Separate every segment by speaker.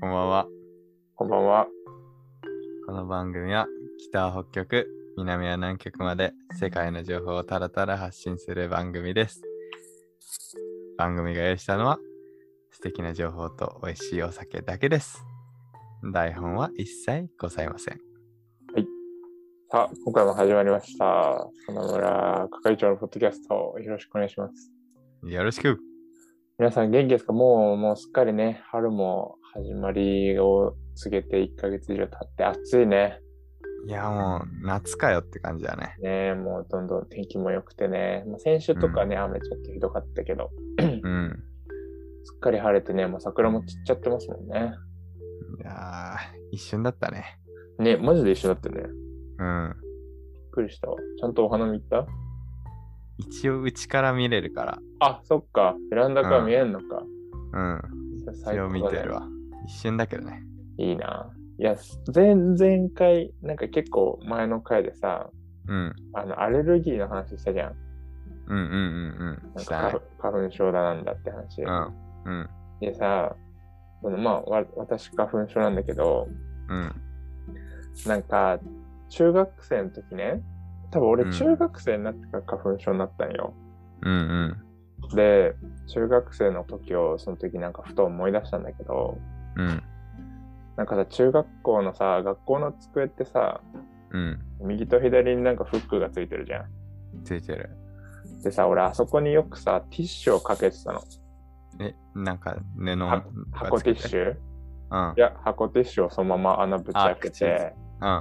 Speaker 1: んばんは。
Speaker 2: こんばんは。
Speaker 1: この番組は北は北極、南は南極まで世界の情報をたらたら発信する番組です。番組が用意したのは素敵な情報と美味しいお酒だけです。台本は一切ございません。
Speaker 2: さあ、今回も始まりました。園村係長のポッドキャスト、よろしくお願いします。
Speaker 1: よろしく
Speaker 2: 皆さん元気ですかもう、もうすっかりね、春も始まりを告げて1ヶ月以上経って暑いね。
Speaker 1: いやもう夏かよって感じだね。
Speaker 2: ねえもうどんどん天気も良くてね。まあ、先週とかね、雨ちょっとひどかったけど、
Speaker 1: うん。
Speaker 2: すっかり晴れてね、もう桜も散っちゃってますもんね。
Speaker 1: いやー一瞬だったね。
Speaker 2: ねマジで一緒だったね。びっ
Speaker 1: うん。
Speaker 2: くりしたわ。ちゃんとお花見行った
Speaker 1: 一応うちから見れるか
Speaker 2: あ、そっか。ベランダから見えんのか。
Speaker 1: ら。
Speaker 2: それ
Speaker 1: うん。一
Speaker 2: 最高
Speaker 1: 応
Speaker 2: だね
Speaker 1: 見てるわ。一瞬だけどね。
Speaker 2: いいな。いや、前々回、なんか結構前の回でさ、
Speaker 1: うん。
Speaker 2: あの、アレルギーの話したじゃん。
Speaker 1: うんうんうんうん。
Speaker 2: なん
Speaker 1: した
Speaker 2: か花
Speaker 1: ね
Speaker 2: 粉。花粉症だなんだって話。
Speaker 1: うん。うん。
Speaker 2: でさ、そのまあ、わ私花粉症なんだけど、
Speaker 1: うん。
Speaker 2: なんか、中学生の時ね、多分
Speaker 1: う
Speaker 2: 俺
Speaker 1: ん
Speaker 2: 中学生になってから花粉症になったんよ。
Speaker 1: うんうん。
Speaker 2: で、中学生の時を、その時なんかふと思い出したんだけど、
Speaker 1: うん。
Speaker 2: なんかさ、中学校のさ、学校の机ってさ、
Speaker 1: うん。
Speaker 2: 右と左になんかフックがついてるじゃん。
Speaker 1: ついてる。
Speaker 2: でさ、俺、あそこによくさ、ティッシュをかけてたの。
Speaker 1: え、なんか布を
Speaker 2: は箱ティッシ
Speaker 1: ュ。
Speaker 2: ュ
Speaker 1: うん。うん
Speaker 2: いや、箱ティッシュをそのまま穴ぶち開けて、
Speaker 1: うんうん。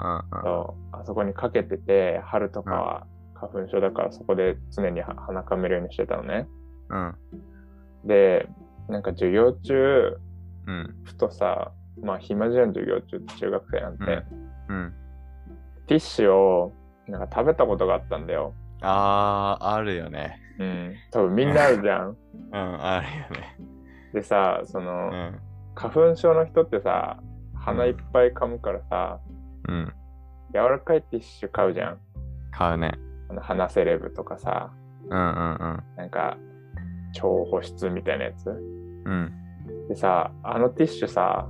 Speaker 2: そうあそこにかけてて、春とかは花粉症だからそこで常には鼻かめるようにしてたのね。
Speaker 1: うん。
Speaker 2: で、なんか授業中、
Speaker 1: うん。
Speaker 2: ふとさ、まあ暇じゃん、授業中って中学生なんて、
Speaker 1: うん。
Speaker 2: ティッシュをなんか食べたことがあったんだよ。
Speaker 1: あー、あるよね。
Speaker 2: うん。多分みんなあるじゃん。
Speaker 1: うん、あるよね。
Speaker 2: でさ、その、
Speaker 1: うん。
Speaker 2: 花粉症の人ってさ、鼻いっぱい噛むからさ、
Speaker 1: うん。
Speaker 2: 柔らかいティッシュ買うじゃん。
Speaker 1: 買うね。
Speaker 2: あの鼻セレブとかさ、
Speaker 1: うんうんうん。
Speaker 2: なんか、超保湿みたいなやつ。
Speaker 1: うん。
Speaker 2: でさ、あのティッシュさ、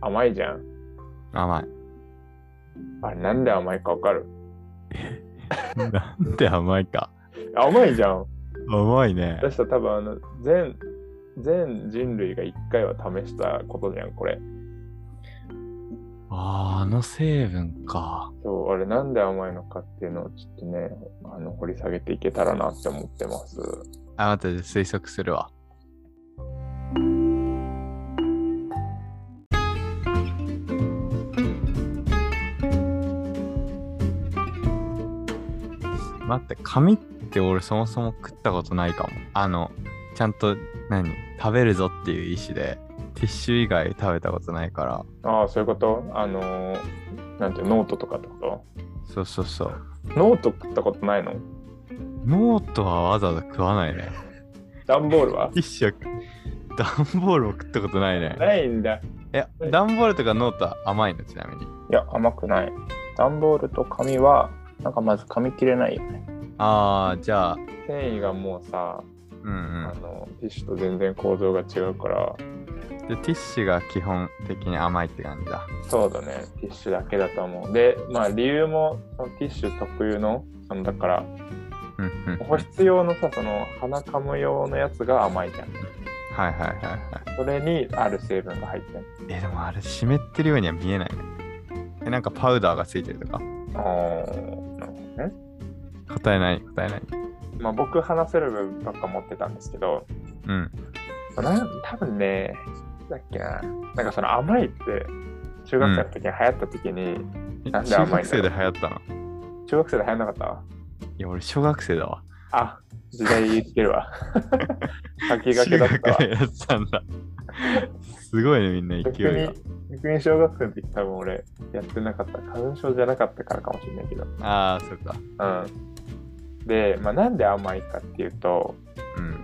Speaker 2: 甘いじゃん。
Speaker 1: 甘い。
Speaker 2: あれなんで甘いかわかる
Speaker 1: なんで甘いか。
Speaker 2: 甘いじゃん。
Speaker 1: 甘いね。
Speaker 2: 私さ、多分あの、全、全人類が一回は試したことじゃん、これ。
Speaker 1: あー、あの成分か。
Speaker 2: そう、あれなんで甘いのかっていうのをちょっとね、あの、掘り下げていけたらなって思ってます。
Speaker 1: あ、待って、推測するわ。待って、紙って俺そもそも食ったことないかも。あの、ちゃんと何食べるぞっていう意思で、ティッシュ以外食べたことないから。
Speaker 2: ああ、そういうことあのーなんていうのノートとかってこ
Speaker 1: そうそうそう。
Speaker 2: とノート食ったことないの
Speaker 1: ノートはわざわざ食わないね。
Speaker 2: 段ボールは
Speaker 1: ティッシュは、段ボールを食ったことないね。
Speaker 2: ないんだ。
Speaker 1: え、段ボールとかノートは甘いのちなみに。
Speaker 2: いや、甘くない。段ボールと紙は、なんかまず紙切れないよね。
Speaker 1: ああ、じゃあ、
Speaker 2: 繊維がもうさ、
Speaker 1: うんう
Speaker 2: あの、ティッシュと全然構造が違うから、
Speaker 1: ん。で、ティッシュが基本的に甘いって感じだ。
Speaker 2: そうだね、ティッシュだけだと思う。で、まあ理由も、そのティッシュ特有の、そのだから、
Speaker 1: うんうん。
Speaker 2: 保湿用のさ、その鼻かむ用のやつが甘いじゃん。
Speaker 1: はいはいはいはい。
Speaker 2: それにある成分が入ってる。
Speaker 1: え、でもあれ湿ってるようには見えないね。え、なんかパウダーがついてるとか。
Speaker 2: あーなるほどね。
Speaker 1: 答えない、答えない。
Speaker 2: まあ僕、鼻セレブばっか持ってたんですけど、
Speaker 1: うん。
Speaker 2: なん多分ね、だっけな、なんかその甘いって、中学生の時に流行った時に、
Speaker 1: え
Speaker 2: なんで
Speaker 1: 中
Speaker 2: 甘いんだろ
Speaker 1: 学生
Speaker 2: う
Speaker 1: で流行ったの
Speaker 2: 中学生で流行んなかった
Speaker 1: いや、俺小学生だわ。
Speaker 2: あ、時代言って るわ。先駆け
Speaker 1: 中
Speaker 2: だっ
Speaker 1: 学
Speaker 2: たわ
Speaker 1: で。やってたん だ。すごいね、みんな
Speaker 2: 逆
Speaker 1: 勢いが
Speaker 2: に。、逆に小学生の時多分俺、やってなかった。花粉症じゃなかったからかもしれないけど。
Speaker 1: ああ、そっか。
Speaker 2: うん。で、まあ、なんで甘いかっていうと、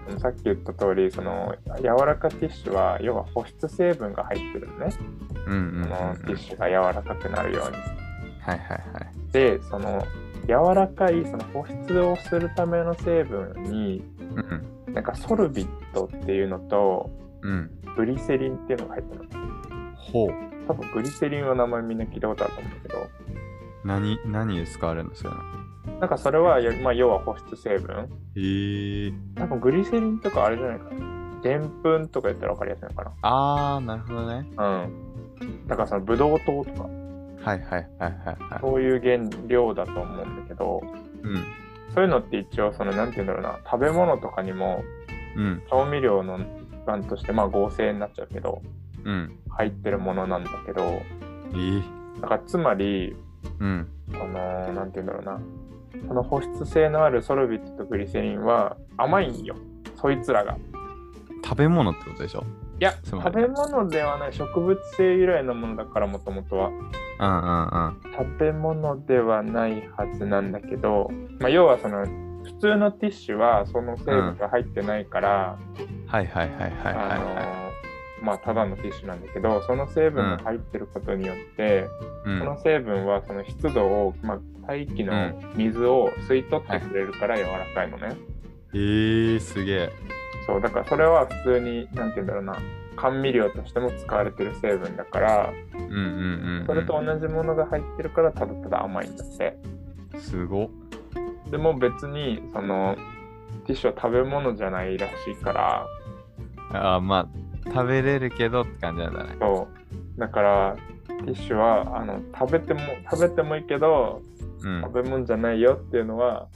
Speaker 1: うん。
Speaker 2: さっき言った通り、その、柔らかティッシュは、要は保湿成分が入ってるのね。
Speaker 1: うんうんうん、う
Speaker 2: そ
Speaker 1: ん。
Speaker 2: の
Speaker 1: はい
Speaker 2: ティッシュが柔らかくなるように。
Speaker 1: はいはい。
Speaker 2: でその柔らかいその保湿をするための成分に
Speaker 1: うん。
Speaker 2: なんかソルビットっていうのと
Speaker 1: うん。
Speaker 2: グリセリンっていうのが入ってる
Speaker 1: ほう。
Speaker 2: 多分グリセリンは名前みんな聞いたことあると思うけど、
Speaker 1: 何、何で使われるんですか
Speaker 2: なんかそれはよ、まあ、要は保湿成分。
Speaker 1: へえー。
Speaker 2: 多分グリセリンとかあれじゃないかな。でんぷんとか言ったら分かりやすいのか
Speaker 1: あー、なるほどね。
Speaker 2: な。うん。だからそのブドウ糖とか、
Speaker 1: はいはいはいはいはい。
Speaker 2: そういう原料だと思うんだけど、
Speaker 1: うん。
Speaker 2: そういうのって一応その、なんて言うんだろうな、食べ物とかにも
Speaker 1: うん。
Speaker 2: 調味料の一環として、まあ合成になっちゃうけど、
Speaker 1: うん。
Speaker 2: 入ってるものなんだけど、
Speaker 1: えー。
Speaker 2: だからつまり、
Speaker 1: うん。
Speaker 2: あのーなんて言うんだろうな、この保湿性のあるソルビットとグリセリンは甘いんよ、そいつらが。
Speaker 1: 食べ物ってことでしょ
Speaker 2: いや、
Speaker 1: つま
Speaker 2: 食
Speaker 1: り
Speaker 2: べ物ではない、植物性由来のものだから、もともとは。
Speaker 1: うんうんうん。
Speaker 2: 食べ物ではないはずなんだけど、まあ、要はその、普通のティッシュはその成分が入ってないから、
Speaker 1: はいはいはいはいは
Speaker 2: あ
Speaker 1: い
Speaker 2: の
Speaker 1: はい。
Speaker 2: ーまあ、ただのティッシュなんだけどその成分が入ってることによって、
Speaker 1: う
Speaker 2: そ
Speaker 1: ん。
Speaker 2: の成分はその湿度を、まあ、大気
Speaker 1: う
Speaker 2: の水を吸い取ってくれるから柔らかいのね、
Speaker 1: えー、すげえ。
Speaker 2: そうだからそれは普通に何て言うんだろうな甘味料としても使われてる成分だから
Speaker 1: うんうんうん、うん。
Speaker 2: それと同じものが入ってるからただただ甘いんだって
Speaker 1: すごっ。
Speaker 2: でも別にそのティッシュは食べ物じゃないらしいから
Speaker 1: あー、まあ、食べれるけどって感じなんだね。
Speaker 2: そうだからティッシュはあの食べても食べてもいいけど
Speaker 1: うん。
Speaker 2: 食べ物じゃないよっていうのは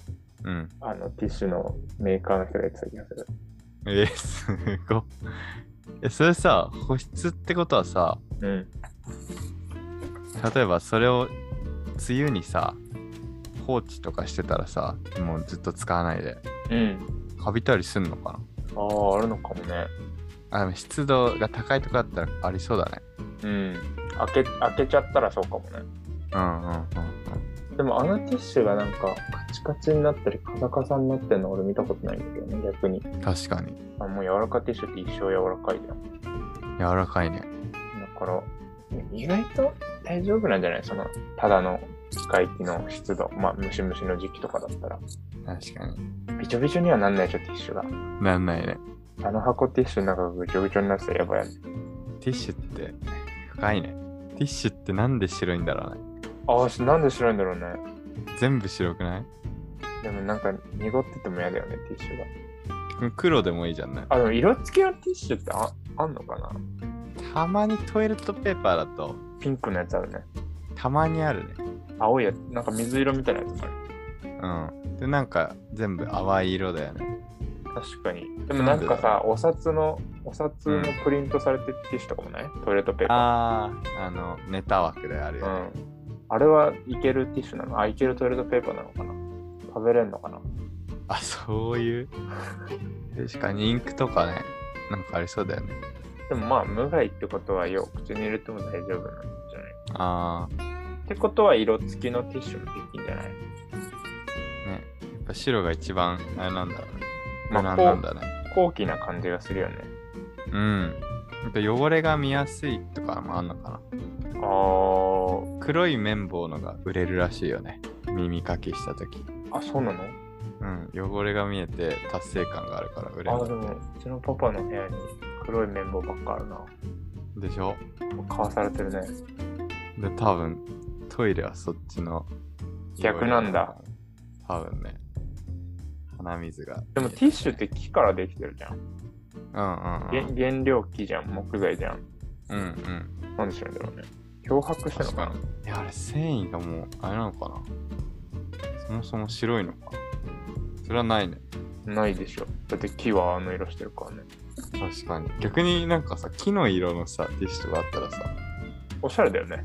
Speaker 1: うん。
Speaker 2: あのティッシュのメーカーの人が言ってた気がする。
Speaker 1: えー、すごっ。え、それさ、保湿ってことはさ、
Speaker 2: うん
Speaker 1: 例えばそれを梅雨にさ放置とかしてたらさもうずっと使わないで
Speaker 2: うん、
Speaker 1: カビたりすんのか
Speaker 2: あああるのかもね。
Speaker 1: なあでも湿度が高いとこだったらありそうだね
Speaker 2: うん開け開けちゃったらそうかもね。
Speaker 1: うんうんうん
Speaker 2: でもあのティッシュがなんかカチカチになったりカサカサになってるの俺見たことないんだけどね逆に。
Speaker 1: うん確かに
Speaker 2: あもう柔らかティッシュって一生柔らかいじゃん。
Speaker 1: 柔らかいね
Speaker 2: だから意外と大丈夫なんじゃないそのただの外気の湿度まあムシムシの時期とかだったら
Speaker 1: 確かに
Speaker 2: びちょびちょにはなんないでしょティッシュが。
Speaker 1: なんないね
Speaker 2: あの箱ティッシュの中がぐちょぐちょになってたらやばいやつ。
Speaker 1: ティッシュって深いねティッシュってなんで白いんだろうね
Speaker 2: ああしなんで白いんだろうね。
Speaker 1: 全部白くない
Speaker 2: でもなんか濁ってても嫌だよね、ティッシュが。
Speaker 1: 黒でもいいじゃんね
Speaker 2: あ、でも色付きのティッシュってああんのかな
Speaker 1: たまにトイレットペーパーだと
Speaker 2: ピンクのやつあるね。
Speaker 1: たまにあるね
Speaker 2: 青いやつ、なんか水色みたいなやつもある。
Speaker 1: うんでなんか全部淡い色だよね
Speaker 2: 確かに。でもなんかさ、お札の、お札のプリントされてるティッシュとかもない、トイレットペーパ
Speaker 1: あああのネタ枠であるよ
Speaker 2: ー。う
Speaker 1: ね、
Speaker 2: ん。あれはいけるティッシュなのあ、いけるトイレットペーパーなのかな食べれんのかな
Speaker 1: あ、そういう。 確かにインクとかね、なんかありそうだよね。
Speaker 2: でもまあ、無害ってことはよ、口に入れても大丈夫なんじゃない
Speaker 1: ああ、
Speaker 2: ってことは色付きのティッシュもできんじゃない
Speaker 1: ね。やっぱ白が一番、あれなんだろうね。
Speaker 2: まあ
Speaker 1: 無難なんだね。
Speaker 2: 高貴な感じがするよね。
Speaker 1: うん。やっぱ汚れが見やすいとかもあんのか
Speaker 2: あー
Speaker 1: な。黒い綿棒のが売れるらしいよね。耳かきしたとき。
Speaker 2: あ、そうなの
Speaker 1: うん。汚れが見えて達成感があるから売れ
Speaker 2: あ、で
Speaker 1: る。
Speaker 2: も、うちのパパの部屋に黒い綿棒ばっかあるな。
Speaker 1: でしょ
Speaker 2: 買わされてるね。
Speaker 1: で、多分、トイレはそっちの。
Speaker 2: 逆なんだ。
Speaker 1: 多分ね。鼻水が。
Speaker 2: でもティッシュっ。て木からできてるじゃん。
Speaker 1: うんうん、う
Speaker 2: げ
Speaker 1: ん。
Speaker 2: 原料木じゃん、木材じゃん。
Speaker 1: うんうん。
Speaker 2: なんでしょうんだろうね。脅迫したの
Speaker 1: 確
Speaker 2: か
Speaker 1: か
Speaker 2: な
Speaker 1: に。いや、あれ、繊維がもう、あれなのかな。そもそも白いのかな。それはないね。
Speaker 2: ないでしょ。だって木はあの色してるからね。
Speaker 1: 確かに。逆になんかさ、木の色のさ、ティッシュとかあったらさ、
Speaker 2: おしゃれだよね。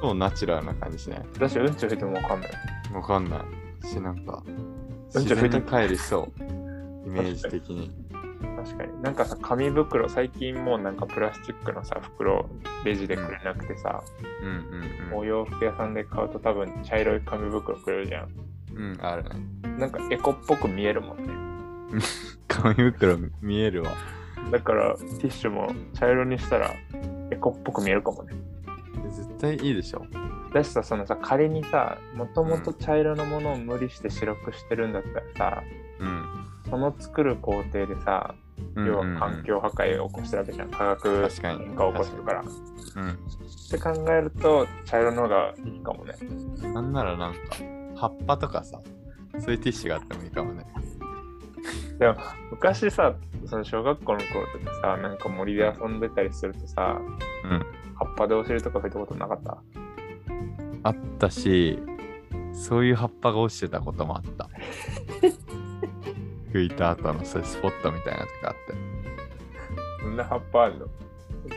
Speaker 1: そうナチュラルな感じしない
Speaker 2: 私うんちを拭いてもわかんない。
Speaker 1: わかんない。し、なんか、
Speaker 2: うん
Speaker 1: 自
Speaker 2: ちょ
Speaker 1: 然に帰りそう。イメージ的に。
Speaker 2: 確かに。なんかさ、紙袋、最近もうなんかプラスチックのさ、袋、レジでくれなくてさ、
Speaker 1: うんうん
Speaker 2: お洋服屋さんで買うと多分茶色い紙袋くれるじゃ
Speaker 1: うん。うん、あるね。
Speaker 2: ん。なんかエコっぽく見えるもんね。
Speaker 1: 紙袋見えるわ。
Speaker 2: だからティッシュも茶色にしたらエコっぽく見えるかもね。
Speaker 1: 絶対いいでしょ。
Speaker 2: だしさそのさ仮にさもともと茶色のものを無理して白くしてるんだったらさ
Speaker 1: うん。
Speaker 2: その作る工程でさ
Speaker 1: うん
Speaker 2: 要は環境破壊を起こしてるわけじゃん化学
Speaker 1: 確かに
Speaker 2: 変化を起こしてるからっ
Speaker 1: うん
Speaker 2: て考えると茶色の方がいいかもね
Speaker 1: うんなんならなんか葉っぱとかさそういうティッシュがあってもいいかもね
Speaker 2: 昔さその小学校の頃とかさなんか森で遊んでたりするとさ
Speaker 1: うん
Speaker 2: 葉っぱでお尻とか拭いたことなかった
Speaker 1: あったしそういう葉っぱが落ちてたこともあった 拭いた後のそういうスポットみたいなとか
Speaker 2: そんな葉っぱあるの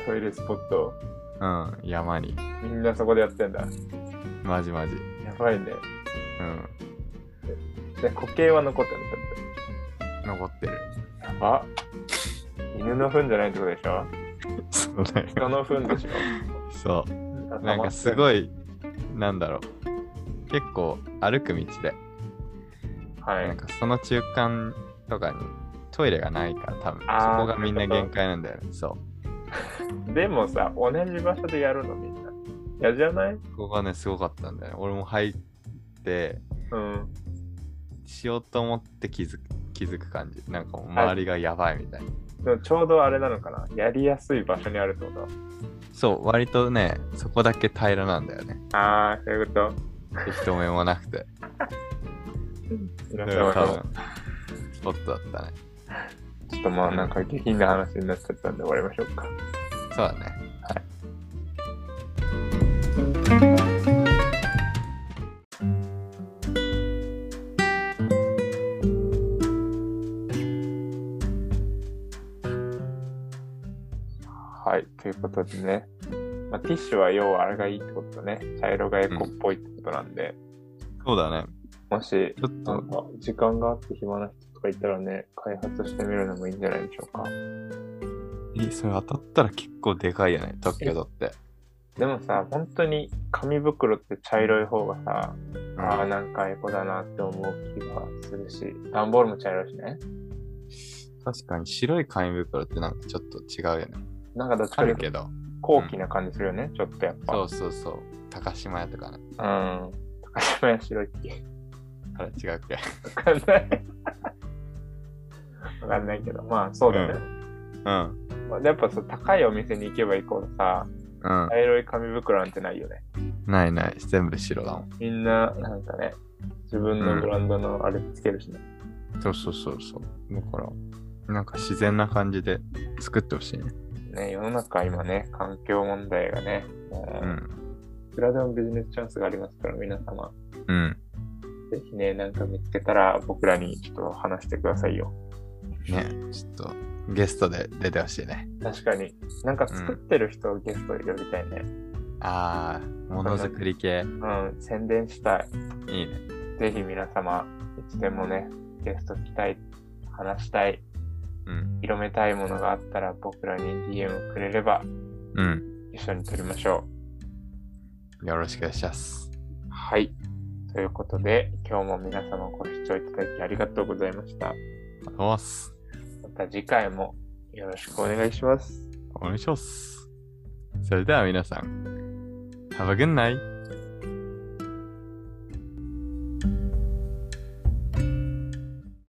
Speaker 2: トイレスポット
Speaker 1: あってうん山に
Speaker 2: みんなそこでやってんだや
Speaker 1: マジマジ
Speaker 2: ばいね
Speaker 1: うん
Speaker 2: で固形は残ってる
Speaker 1: 残ってる
Speaker 2: やば犬の糞じゃないってことでしょ
Speaker 1: そうだよ
Speaker 2: 人の糞でし
Speaker 1: そう
Speaker 2: ょ
Speaker 1: なんかす
Speaker 2: い
Speaker 1: ごい、なんだろう。結構歩く道で、
Speaker 2: は
Speaker 1: なん
Speaker 2: い
Speaker 1: かその中間とかにトイレがないから多分、
Speaker 2: あー
Speaker 1: そこがみんな限界なんだよね。そ。
Speaker 2: でもさ同じ場所でやるのみんな嫌じゃないう
Speaker 1: ここがね、すごかったんだよね。俺も入って、
Speaker 2: うん
Speaker 1: しようと思って気づく気づく感じ。なんかもう周りがやばいみたいな。
Speaker 2: でもちょうどあれなのかなやりやすい場所にあるってこと
Speaker 1: そう、割とね、そこだけ平らなんだよね。
Speaker 2: ああ、そういうこと。
Speaker 1: で人目もなく て。
Speaker 2: 皆
Speaker 1: だから
Speaker 2: 様
Speaker 1: 多
Speaker 2: の
Speaker 1: 分、スポットだったね。
Speaker 2: ちょっとまあなんか下品な話になっちゃったんで終わりましょうか。
Speaker 1: そうだね。
Speaker 2: はい、ということでね。まあ、ティッシュは要はあれがいいってことね。茶色がエコっぽいってことなんで、
Speaker 1: そうだね。
Speaker 2: もし
Speaker 1: ち、ょっ
Speaker 2: な
Speaker 1: と
Speaker 2: んか時間があって暇な人とかいたらね、開発してみるのもいいんじゃないでしょうか。
Speaker 1: いそれ当たったら結構でかいよね、特許取って。
Speaker 2: でもさ、本当に紙袋って茶色い方がさ、ああ、なんかエコだなって思う気がするし、段ボールも茶色いしね。
Speaker 1: 確かに白い紙袋ってなんかちょっと違うよね。
Speaker 2: なんかどっち
Speaker 1: あ
Speaker 2: かとい
Speaker 1: る
Speaker 2: うと
Speaker 1: けど。
Speaker 2: 高貴な感じするよね、ちょっとやっぱ。
Speaker 1: そうそうそう。高島屋とかね。
Speaker 2: うん。高島屋白いっけ
Speaker 1: あれ違うっけ。
Speaker 2: わかんない。 わかんないけど、まあそうだね。
Speaker 1: うん。
Speaker 2: まあやっぱさ、高いお店に行けば行こうとさ、
Speaker 1: うん。
Speaker 2: 茶色い紙袋なんてないよね。
Speaker 1: ないない。全部白だもん。
Speaker 2: みんな、なんかね、自分のブランドのあれつけるしね。
Speaker 1: そうそうそうそう。だから、なんか自然な感じで作ってほしいね。
Speaker 2: ね、世の中今ね、環境問題がね、も
Speaker 1: う。
Speaker 2: うんいくらでもビジネスチャンスがありますから、皆様、
Speaker 1: うん。
Speaker 2: ぜひね、なんか見つけたら僕らにちょっと話してくださいよ。
Speaker 1: ね。ちょっと、ゲストで出てほしいね。
Speaker 2: 確かに。なんか作ってる人をゲストで呼びたいね。
Speaker 1: あー、ものづくり系。
Speaker 2: うん、宣伝したい。
Speaker 1: いいね。
Speaker 2: ぜひ皆様、いつでもね、ゲスト来たい、話したい、
Speaker 1: うん。
Speaker 2: 広めたいものがあったら僕らに DM をくれれば
Speaker 1: うん。
Speaker 2: 一緒に撮りましょ
Speaker 1: よろしくお願いします。
Speaker 2: う。はい。ということで、今日も皆様ご視聴いただきありがとうございました。
Speaker 1: お願いします。
Speaker 2: また次回もよろしくお願いします。
Speaker 1: お願いします。それでは皆さん、Have a good night!